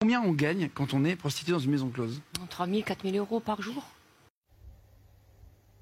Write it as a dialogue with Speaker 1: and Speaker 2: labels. Speaker 1: Combien on gagne quand on est prostitué dans une maison close
Speaker 2: 3 000, 4 000 euros par jour.